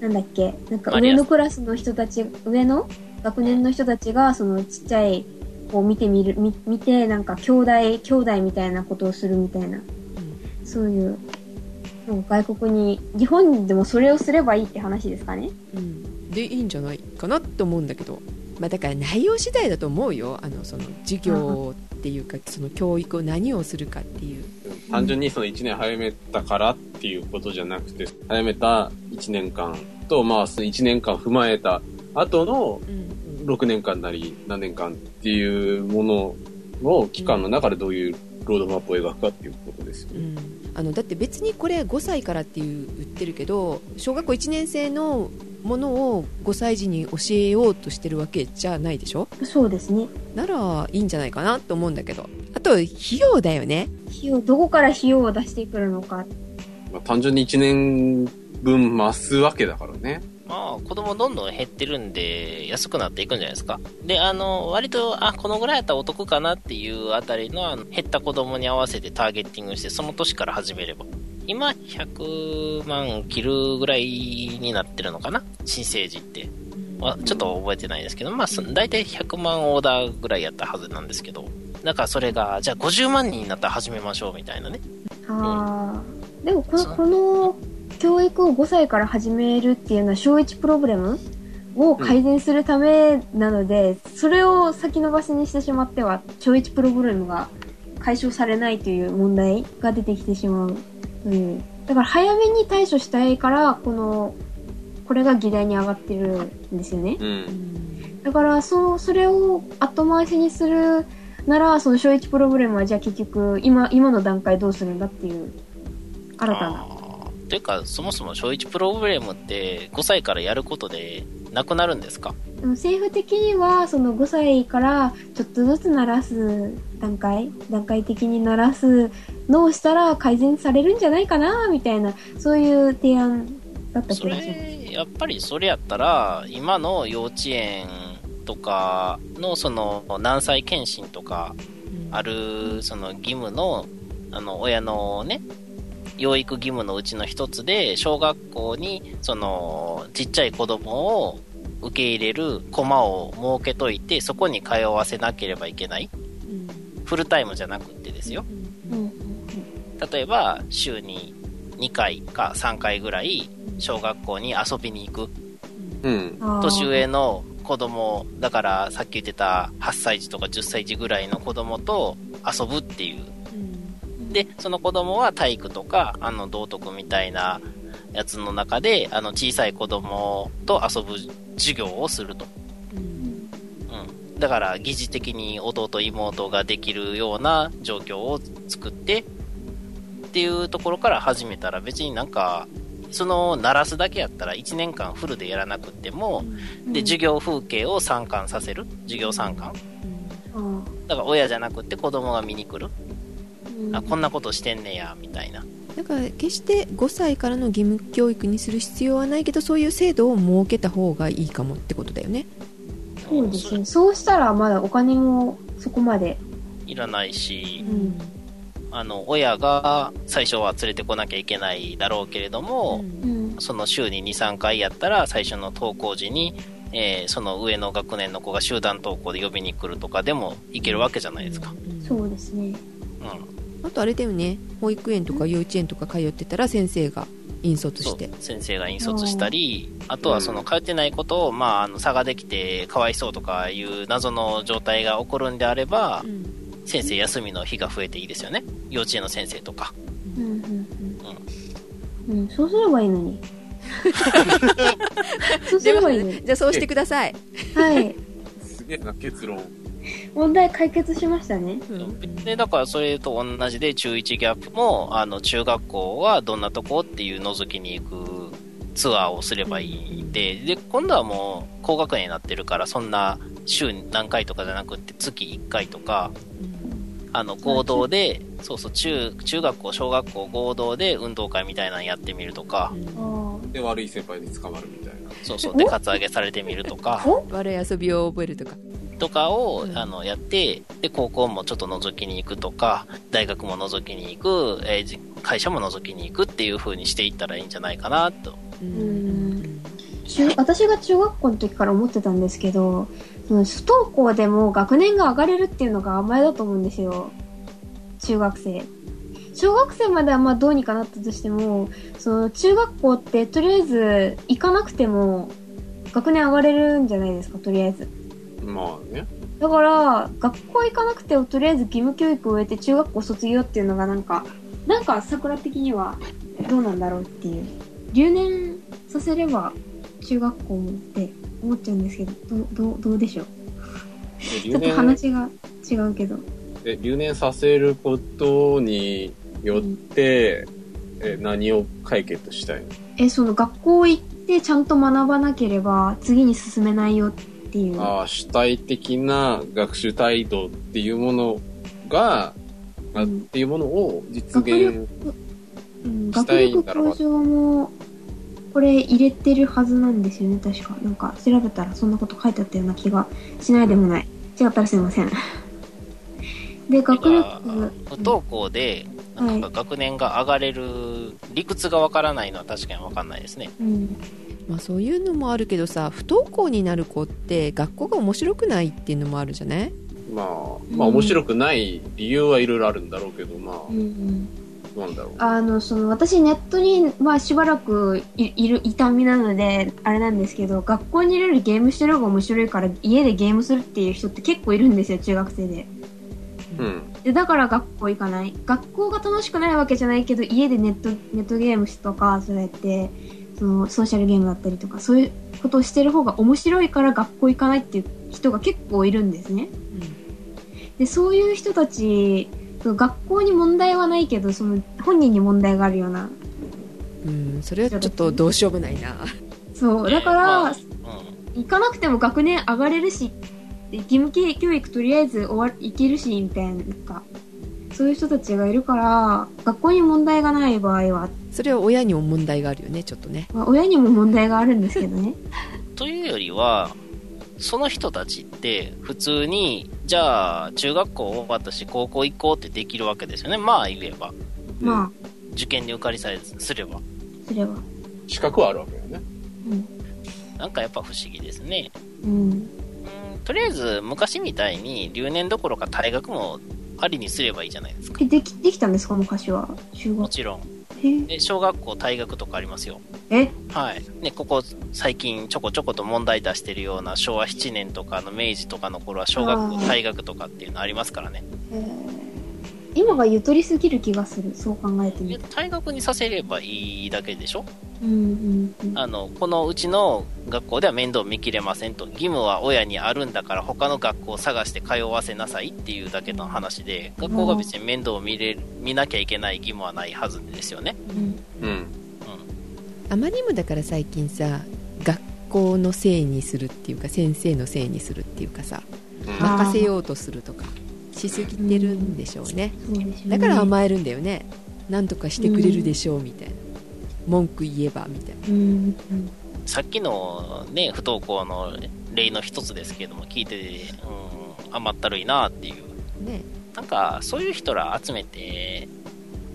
Speaker 2: なんだっけなんか
Speaker 4: マリア
Speaker 2: 上のクラスの人たち、上の学年の人たちが、そのちっちゃい子を見てみる、み見て、なんか兄弟、兄弟みたいなことをするみたいな。そういう、なんか外国に、日本でもそれをすればいいって話ですかね
Speaker 1: うん、でいいんじゃないかなと思うんだけど、まあ、だから内容次第だと思うよあのその授業っていうか その教育を何をするかっていう
Speaker 3: 単純にその1年早めたからっていうことじゃなくて、早めた1年間と、まあ、その1年間踏まえた後の
Speaker 1: うん、
Speaker 3: 6年間なり何年間っていうものの期間の中でどういうロードマップを描くかっていうことですよ
Speaker 1: う
Speaker 3: ね。
Speaker 1: ん、あのだって別にこれ5歳からっていう言ってるけど小学校1年生のものを5歳児に教えようとしてるわけじゃないでしょ
Speaker 2: そうですね。
Speaker 1: ならいいんじゃないかなと思うんだけどあと費用だよね
Speaker 2: 費用、どこから費用を出してくるのか。
Speaker 3: まあ、単純に1年分増すわけだからね。
Speaker 4: まあ、子供どんどん減ってるんで、安くなっていくんじゃないですか。で、あの、割と、あ、このぐらいやったらお得かなっていうあたりの、あの減った子供に合わせてターゲッティングして、その年から始めれば。今、100万切るぐらいになってるのかな新生児って。まあ、ちょっと覚えてないですけど、まあ、そ大体100万オーダーぐらいやったはずなんですけど。だからそれが、じゃあ50万人になったら始めましょうみたいなね。
Speaker 2: ああ。でもこ
Speaker 4: そ
Speaker 2: の、
Speaker 4: う
Speaker 2: この教育を5歳から始めるっていうのは、小1プログラムを改善するためなので、それを先延ばしにしてしまっては、小1プログラムが解消されないという問題が出てきてしまうという。だから早めに対処したいから、この、これが議題に上がってるんですよね。
Speaker 3: うん。
Speaker 2: だからそうそれを後回しにするならその小1プログラムはじゃあ結局今今の段階どうするんだっていう新たな
Speaker 4: あーというか、そもそも小1プログラムって5歳からやることでなくなるんですか
Speaker 2: でも政府的にはその5歳からちょっとずつならす段階段階的にならすのをしたら改善されるんじゃないかなみたいなそういう提案だった
Speaker 4: そ
Speaker 2: 気がします。
Speaker 4: れ、やっぱりそれやったら、今の幼稚園とかのその何歳検診とかあるその義務の、あの親のね、養育義務のうちの一つで、小学校にそのちっちゃい子供を受け入れるコマを設けといて、そこに通わせなければいけない。フルタイムじゃなくってですよ。例えば週に2回か3回ぐらい小学校に遊びに行く
Speaker 3: うん。
Speaker 2: あー
Speaker 4: 年上の子供だからさっき言ってた8歳児とか10歳児ぐらいの子供と遊ぶっていうでその子供は体育とかあの道徳みたいなやつの中であの小さい子供と遊ぶ授業をすると、うん、だから疑似的に弟妹ができるような状況を作ってっていうところから始めたら別になんかその鳴らすだけやったら1年間フルでやらなくってもで授業風景を参観させる授業参観
Speaker 2: あー
Speaker 4: だから親じゃなくて子供が見に来る
Speaker 2: う
Speaker 4: あこんなことしてんねやみたいな
Speaker 1: だから決して5歳からの義務教育にする必要はないけどそういう制度を設けた方がいいかもってことだよね
Speaker 2: そうですね。そうしたらまだお金もそこまで。
Speaker 4: いらないし
Speaker 2: ん
Speaker 4: あの親が最初は連れてこなきゃいけないだろうけれども、
Speaker 2: うん。
Speaker 4: その週に23回やったら最初の登校時に、えーその上の学年の子が集団登校で呼びに来るとかでもいけるわけじゃないですか、
Speaker 2: そうですね。
Speaker 4: うん、
Speaker 1: あとあれだよね保育園とか幼稚園とか通ってたら先生が引率
Speaker 4: そ
Speaker 1: し
Speaker 4: う
Speaker 1: て
Speaker 4: 先生が引率したりあとはその通ってないことを、まあ、あの差ができてかわいそうとかいう謎の状態が起こるんであれば
Speaker 1: うん
Speaker 4: 先生休みの日が増えていいですよね幼稚園の先生とか
Speaker 2: うんうんうん。うん、そうすればいいの に。そうす
Speaker 1: で
Speaker 2: れ
Speaker 1: も
Speaker 2: ばいいの
Speaker 1: ね
Speaker 2: に。
Speaker 1: じゃあそうしてください、
Speaker 2: はい。
Speaker 3: すげえな、結論。
Speaker 2: 問題解決しましたね。
Speaker 4: でだからそれと同じで中1ギャップもあの中学校はどんなとこっていう覗きに行くツアーをすればいいんでで今度はもう高学年になってるからそんな週に何回とかじゃなくって月1回とかあの合同でそうそう中中学校小学校合同で運動会みたいなのやってみるとか
Speaker 2: あ
Speaker 3: で、悪い先輩に捕まるみたいな。
Speaker 4: そうそうでカツアゲされてみるとか
Speaker 2: お
Speaker 1: 悪い遊びを覚えるとか
Speaker 4: とかを
Speaker 1: うん
Speaker 4: あのやってで高校もちょっと覗きに行くとか大学も覗きに行く、えーじ会社も覗きに行くっていう風にしていったらいいんじゃないかなと
Speaker 2: んあ。中私が中学校の時から思ってたんですけど、その不登校でも学年が上がれるっていうのが甘えだと思うんですよ。中学生。小学生まではまあどうにかなったとしても、その中学校ってとりあえず行かなくても学年上がれるんじゃないですか、とりあえず。
Speaker 3: まあね。
Speaker 2: だから、学校行かなくてもとりあえず義務教育を終えて中学校卒業っていうのがなんか、なんか桜的にはどうなんだろうっていう。留年させれば中学校もって思っちゃうんですけど、どう、どう、どうでしょう。
Speaker 3: で
Speaker 2: ちょ
Speaker 3: 留
Speaker 2: っと話
Speaker 3: 年
Speaker 2: が違うけど。
Speaker 3: で留年させることによって、え何を解決したいの
Speaker 2: え、その学校行ってちゃんと学ばなければ次に進めないよっていう。
Speaker 3: ああ主体的な学習態度っていうものが、あ
Speaker 2: うん
Speaker 3: っていうものを実現
Speaker 2: うん
Speaker 3: し
Speaker 2: 学
Speaker 3: たいん
Speaker 2: 力
Speaker 3: だろう
Speaker 2: 向上も、これ入れてるはずなんですよね、確か。なんか、調べたらそんなこと書いてあったような気がしないでもない。違ったらすいません。で、学
Speaker 4: なんか
Speaker 2: 力、
Speaker 4: 不登校でなんか学年が上がれる理屈がわからないのは確かにわかんないですね
Speaker 2: うん。
Speaker 1: まあ、そういうのもあるけどさ不登校になる子って学校が面白くないっていうのもあるじゃない
Speaker 3: まあまあ面白くない理由はいろいろあるんだろうけどま
Speaker 2: う
Speaker 3: あ
Speaker 2: ん。
Speaker 3: どうなんだろう
Speaker 2: あの、その、私ネットに、まあ、しばらくいいる、痛みなので、あれなんですけど、学校にいるよりゲームしてる方が面白いから、家でゲームするっていう人って結構いるんですよ、中学生で。
Speaker 3: うん
Speaker 2: でだから学校行かない学校が楽しくないわけじゃないけど家でネットネットゲームとかそうやってそのソーシャルゲームだったりとかそういうことをしてる方が面白いから学校行かないっていう人が結構いるんですねでそういう人たち学校に問題はないけどその本人に問題があるような
Speaker 1: うん、それはちょっとどうしようもないな
Speaker 2: そう
Speaker 4: ね
Speaker 2: だから、
Speaker 4: まあうん
Speaker 2: 行かなくても学年上がれるしで義務教育とりあえず終わいけるしみたいななんかそういう人たちがいるから学校に問題がない場合は
Speaker 1: それは親にも問題があるよねちょっとね
Speaker 2: まあ、親にも問題があるんですけどね。
Speaker 4: というよりはその人たちって普通にじゃあ中学校を私高校行こうってできるわけですよねまあ言えば
Speaker 2: まあ、
Speaker 4: 受験に受かりさえすれば
Speaker 2: すれば。
Speaker 3: 資格はあるわけよね
Speaker 2: うん。
Speaker 4: なんかやっぱ不思議ですね
Speaker 2: うん。
Speaker 4: うんとりあえず昔みたいに留年どころか退学もありにすればいいじゃないですか
Speaker 2: え、でき、できたんですか昔は。中
Speaker 4: も
Speaker 2: 学。
Speaker 4: ちろん
Speaker 2: え
Speaker 4: で小学校退学とかありますよ
Speaker 2: え
Speaker 4: はい、ね、ここ最近ちょこちょこと問題出してるような昭和7年とかの明治とかの頃は小学校退学とかっていうのありますからね
Speaker 2: 今がゆとりすぎる気がする。そう考えてみ
Speaker 4: で
Speaker 2: る。
Speaker 4: 退学にさせればいいだけでしょ
Speaker 2: うんうんうん。
Speaker 4: あのこのうちの学校では面倒見きれませんと義務は親にあるんだから他の学校を探して通わせなさいっていうだけの話で学校が別に面倒を見れ見なきゃいけない義務はないはずですよね
Speaker 2: うん
Speaker 3: うん
Speaker 1: あまりにもだから最近さ学校のせいにするっていうか先生のせいにするっていうかさ
Speaker 3: うん
Speaker 2: あ
Speaker 1: 任せようとするとかしすぎてるんでしょうね
Speaker 2: そうですよ
Speaker 1: だ
Speaker 2: ね
Speaker 1: から甘えるんだよねなんとかしてくれるでしょうみたいな文句言えばみたいな
Speaker 2: うん
Speaker 4: さっきのね、不登校の例の一つですけども、聞いて、うん、甘ったるいなっていう。
Speaker 1: ね
Speaker 4: なんか、そういう人ら集めて、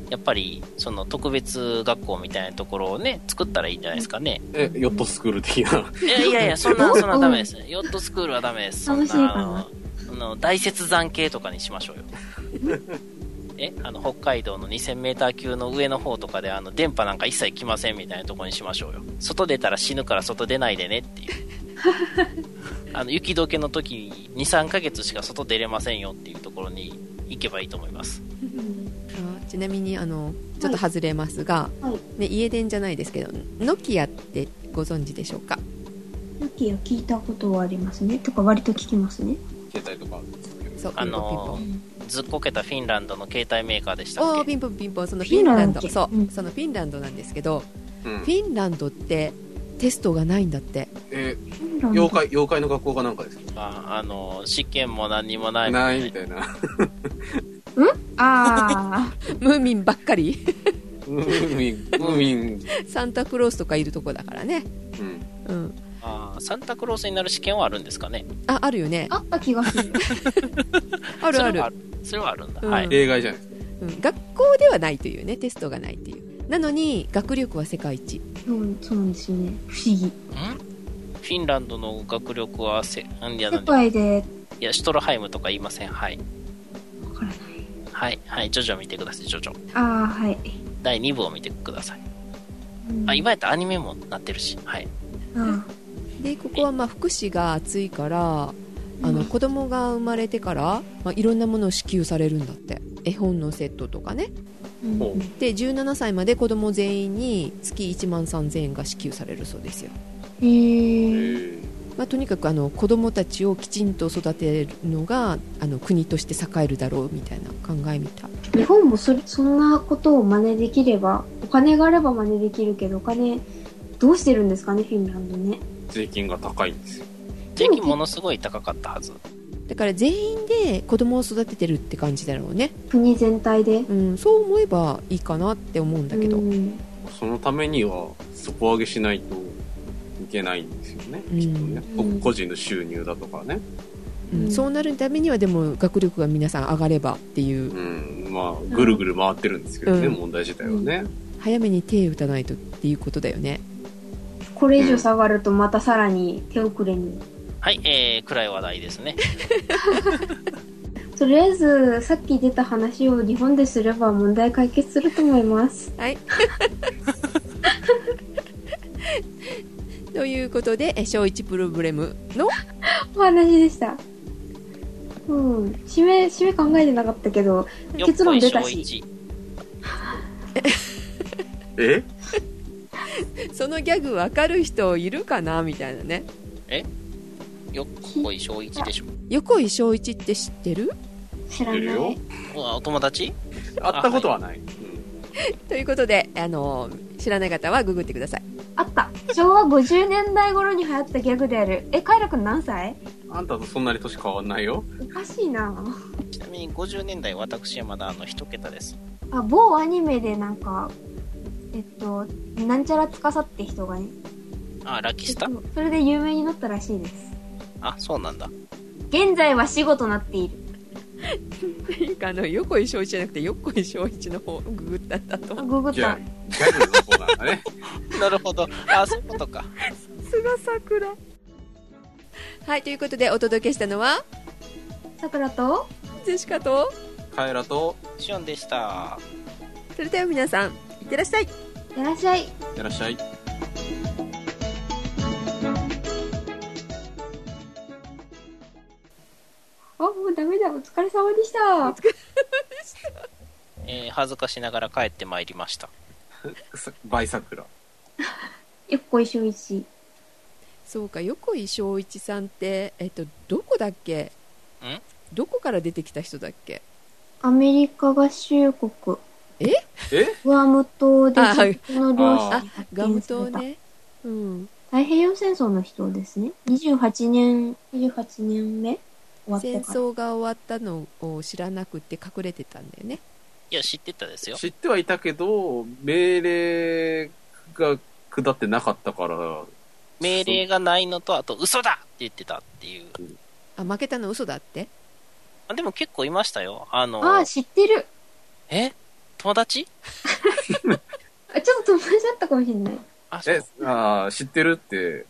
Speaker 4: やっぱり、その特別学校みたいなところをね、作ったらいいんじゃないですかね。
Speaker 3: え、ヨットスクール的な。
Speaker 4: いやいやいや、そんな、そんなダメです。ヨットスクールはダメです。そん
Speaker 2: 楽しいかな
Speaker 4: な、あの、大雪山系とかにしましょうよ。え、あの、北海道の2000メーター級の上の方とかで、あの、電波なんか一切来ませんみたいなところにしましょうよ。外出たら死ぬから外出ないでねっていう。あの、雪解けの時、2、3ヶ月しか外出れませんよっていうところに行けばいいと思います。
Speaker 1: あちなみにあのちょっと外れますが、
Speaker 2: はいは
Speaker 1: ね、家電じゃないですけどノキアってご存知でしょうか
Speaker 2: ノキア聞いたことはありますねとか割と聞きますね
Speaker 3: 携帯とか。
Speaker 1: そう
Speaker 4: あのずっこけたフィンランドの携帯メーカーでし
Speaker 1: ピンポンピンポンお
Speaker 4: たっ
Speaker 1: ーピンポンピンポンその
Speaker 4: け
Speaker 1: フ
Speaker 2: フ
Speaker 1: ィ
Speaker 2: ィ
Speaker 1: ン
Speaker 2: ン
Speaker 1: ラ
Speaker 2: ラ
Speaker 1: ン
Speaker 2: ン
Speaker 1: ド
Speaker 2: ド
Speaker 1: そう、
Speaker 2: うん
Speaker 1: そのフィンランドなんですけど
Speaker 3: うん
Speaker 1: フ。ィンランドってテストがないんだって
Speaker 3: え、
Speaker 2: 了
Speaker 3: 妖怪、妖怪の学校かなんかですか
Speaker 4: ああの、試験も何にもないみた
Speaker 3: ないい
Speaker 4: な
Speaker 3: みたいな。
Speaker 2: あ
Speaker 1: ムーミンばっかり
Speaker 3: ムーミン、ムーミン。
Speaker 1: サンタクロースとかいるとこだからね
Speaker 3: うん。
Speaker 1: うん
Speaker 4: あーサンタクロースになる試験はあるんですかね
Speaker 1: ああるよね
Speaker 2: ああった気がす る
Speaker 1: あるある
Speaker 4: それはあるそれはあるんだ、
Speaker 1: うん
Speaker 4: はい
Speaker 3: 例外じゃないですか。
Speaker 1: うん、学校ではないというねテストがないっていうなのに学力は世界一
Speaker 2: そうそうなんですよね不思議
Speaker 4: んフィンランドの学力はせなんやな
Speaker 2: 世
Speaker 4: んで
Speaker 2: 界で
Speaker 4: いやシュトロハイムとか言いませんはい
Speaker 2: わからない
Speaker 4: はいはいジョジョ見てくださいジョジョ
Speaker 2: ああはい、
Speaker 4: 第2部を見てください
Speaker 2: うん
Speaker 4: あ今やったらアニメもなってるしはい
Speaker 2: あ
Speaker 1: でここはまあ福祉が厚いから
Speaker 2: ー
Speaker 1: あ
Speaker 2: う
Speaker 1: の
Speaker 2: ん
Speaker 1: 子供が生まれてから、まあ、いろんなものを支給されるんだって絵本のセットとかね
Speaker 2: うん
Speaker 3: ほう
Speaker 1: で17歳まで子供全員に月1万3000円が支給されるそうですよ、
Speaker 2: へ
Speaker 3: え
Speaker 2: ー
Speaker 1: まあ、とにかくあの子供たちをきちんと育てるのがあの国として栄えるだろうみたいな考えみたい
Speaker 2: 日本もそれそんなことを真似できればお金があれば真似できるけどお金どうしてるんですかねフィンランドね
Speaker 3: 税金が高いんですよ。
Speaker 4: 税金ものすごい高かったはず
Speaker 1: だから全員で子供を育ててるって感じだろうね、
Speaker 2: 国全体で
Speaker 1: うん、そう思えばいいかなって思うんだけど、うん
Speaker 2: うん
Speaker 3: そのためには、底上げしないといけないんですよね。
Speaker 1: うん
Speaker 3: きっとね。こ
Speaker 2: うん
Speaker 3: 個人の収入だとかね。
Speaker 1: そうなるためにはでも学力が皆さん上がればっていう
Speaker 3: うん。まあ、ぐるぐる回ってるんですけどね、
Speaker 1: うん
Speaker 3: 問題自体はね。
Speaker 1: 早めに手打たないとっていうことだよね
Speaker 2: これ以上下がるとまたさらに手遅れに
Speaker 4: はいえー、暗い話題ですね
Speaker 2: とりあえずさっき出た話を日本ですれば問題解決すると思います
Speaker 1: ということでえ小一プロブレムの
Speaker 2: お話でしたうん締め締め考えてなかったけど
Speaker 4: よっ
Speaker 2: 結
Speaker 4: こ
Speaker 2: 論
Speaker 4: い
Speaker 2: 出
Speaker 4: 小
Speaker 2: たし
Speaker 4: 一
Speaker 3: え
Speaker 1: そのギャグわかる人いるかなみたいなね
Speaker 4: よっこい小一でしょ
Speaker 1: 横井翔一って知ってる
Speaker 2: 知ら
Speaker 3: いる
Speaker 2: な
Speaker 3: よ
Speaker 2: い。
Speaker 4: うわお友達
Speaker 3: 会ったことはない。
Speaker 1: ということであの知らない方はググってください
Speaker 2: あった昭和50年代頃に流行ったギャグであるえカイラくん何歳
Speaker 3: うん。あんたとそんなに年変わんないよ。
Speaker 2: おかしいな
Speaker 4: ちなみに50年代私はまだあの一桁です
Speaker 2: あ某アニメでなんかえっとなんちゃらつかさって人がね
Speaker 4: あラッキースタ
Speaker 2: それで有名になったらしいです
Speaker 4: あそうなんだ
Speaker 2: 現在は死後となっている
Speaker 1: なんかあの横井翔一じゃなくて横井翔一の方をググったんだと
Speaker 2: あ
Speaker 1: 思う
Speaker 2: ググっ
Speaker 3: じゃあ
Speaker 2: た、
Speaker 3: ギャグの方なんだね。
Speaker 4: なるほどあそういうことか
Speaker 1: 菅桜はいということでお届けしたのは
Speaker 2: さくらと
Speaker 1: ジェシカと
Speaker 3: カエラと、
Speaker 4: シオンでした
Speaker 1: それでは皆さんいってらっしゃい
Speaker 2: いらっしゃい
Speaker 3: いらっしゃい。
Speaker 2: あもうダメだお疲れ様でした
Speaker 4: えー恥ずかしながら帰ってまいりました
Speaker 3: さバイサクラ。
Speaker 2: よっこいしょいし
Speaker 1: そうか横井翔一さんってえっとどこだっけ
Speaker 4: ん
Speaker 1: どこから出てきた人だっけ
Speaker 2: アメリカ合衆国
Speaker 3: え
Speaker 2: グアム島で
Speaker 1: あはい
Speaker 2: 自分の両親
Speaker 3: あ
Speaker 2: に発見
Speaker 1: ガム
Speaker 2: さ
Speaker 1: 島
Speaker 2: れた
Speaker 1: ねうん
Speaker 2: 太平洋戦争の人ですね28年28年目終わって
Speaker 1: 戦
Speaker 2: から。
Speaker 1: 争が終わったのを知らなくて隠れてたんだよね
Speaker 4: いや、知ってたですよ。
Speaker 3: 知ってはいたけど、命令が下ってなかったから、
Speaker 4: 命令がないのと、あと、嘘だって言ってたっていう。
Speaker 1: あ負けたの嘘だって
Speaker 4: あでも結構いましたよ。あの、
Speaker 2: ああ、知ってる。
Speaker 4: え友達
Speaker 2: あちょっと友達だったかもしれない。。
Speaker 4: あ、そう
Speaker 3: え、あー知ってるって、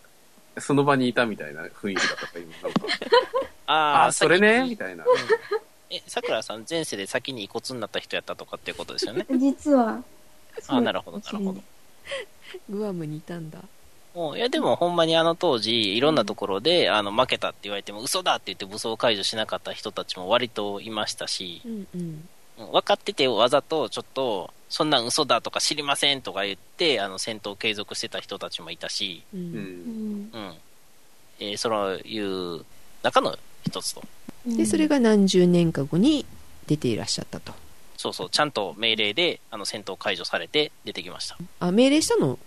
Speaker 3: その場にいたみたいな雰囲気だったから、今、なんか。
Speaker 4: あ
Speaker 3: あ
Speaker 4: ー
Speaker 3: ー、それね、
Speaker 4: 先
Speaker 3: み
Speaker 4: に
Speaker 3: たいな。
Speaker 4: え、さくらさん前世で先に遺骨になった人やったとかっていうことですよね
Speaker 2: 実は。
Speaker 4: あなるほどなるほど
Speaker 1: グアムにいたんだ
Speaker 4: もういや、でもほんまにあの当時、いろんなところで、あの、負けたって言われても、嘘だって言って武装解除しなかった人たちも割といましたし、
Speaker 1: うんうん
Speaker 4: 分かっててわざとちょっと、そんなん嘘だとか知りませんとか言って、あの、戦闘継続してた人たちもいたし、
Speaker 1: う、
Speaker 3: うんん。
Speaker 4: うん。えーそういう中の一つと。
Speaker 1: でそれ
Speaker 2: が。
Speaker 1: が何十年か後に出ていらっしゃったと
Speaker 4: そうそう、ちゃんと命令で、あの、戦闘解除されて出てきました。
Speaker 1: あ命令したの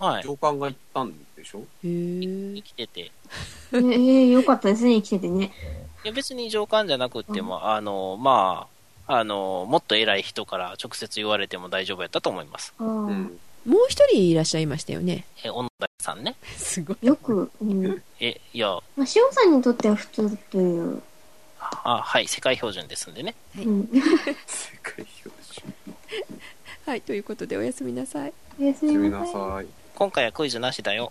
Speaker 4: はい。
Speaker 3: 上官が言ったんでしょ
Speaker 1: へ
Speaker 4: 生
Speaker 1: え
Speaker 4: きてて。い
Speaker 2: ええ、よかったですね、生きててね。
Speaker 4: や、別に上官じゃなくっても、あの、まあ、あの、もっと偉い人から直接言われても大丈夫やったと思います。
Speaker 2: あ
Speaker 3: う
Speaker 2: あ
Speaker 3: ん。
Speaker 1: もう一人いらっしゃいましたよね
Speaker 4: え、小野田さんね。
Speaker 1: すごい
Speaker 2: よく、うん。
Speaker 4: え、いや、
Speaker 2: まあ、塩さんにとっては普通という。
Speaker 4: あ、はい、世界標準ですんでね。
Speaker 2: うん。
Speaker 3: 世界標準。
Speaker 1: はいということでおやすみなさい
Speaker 2: おやす
Speaker 3: 決
Speaker 2: み
Speaker 3: め
Speaker 2: な
Speaker 3: な
Speaker 2: さい。
Speaker 3: さい。
Speaker 4: 今回はクイズなしだよ。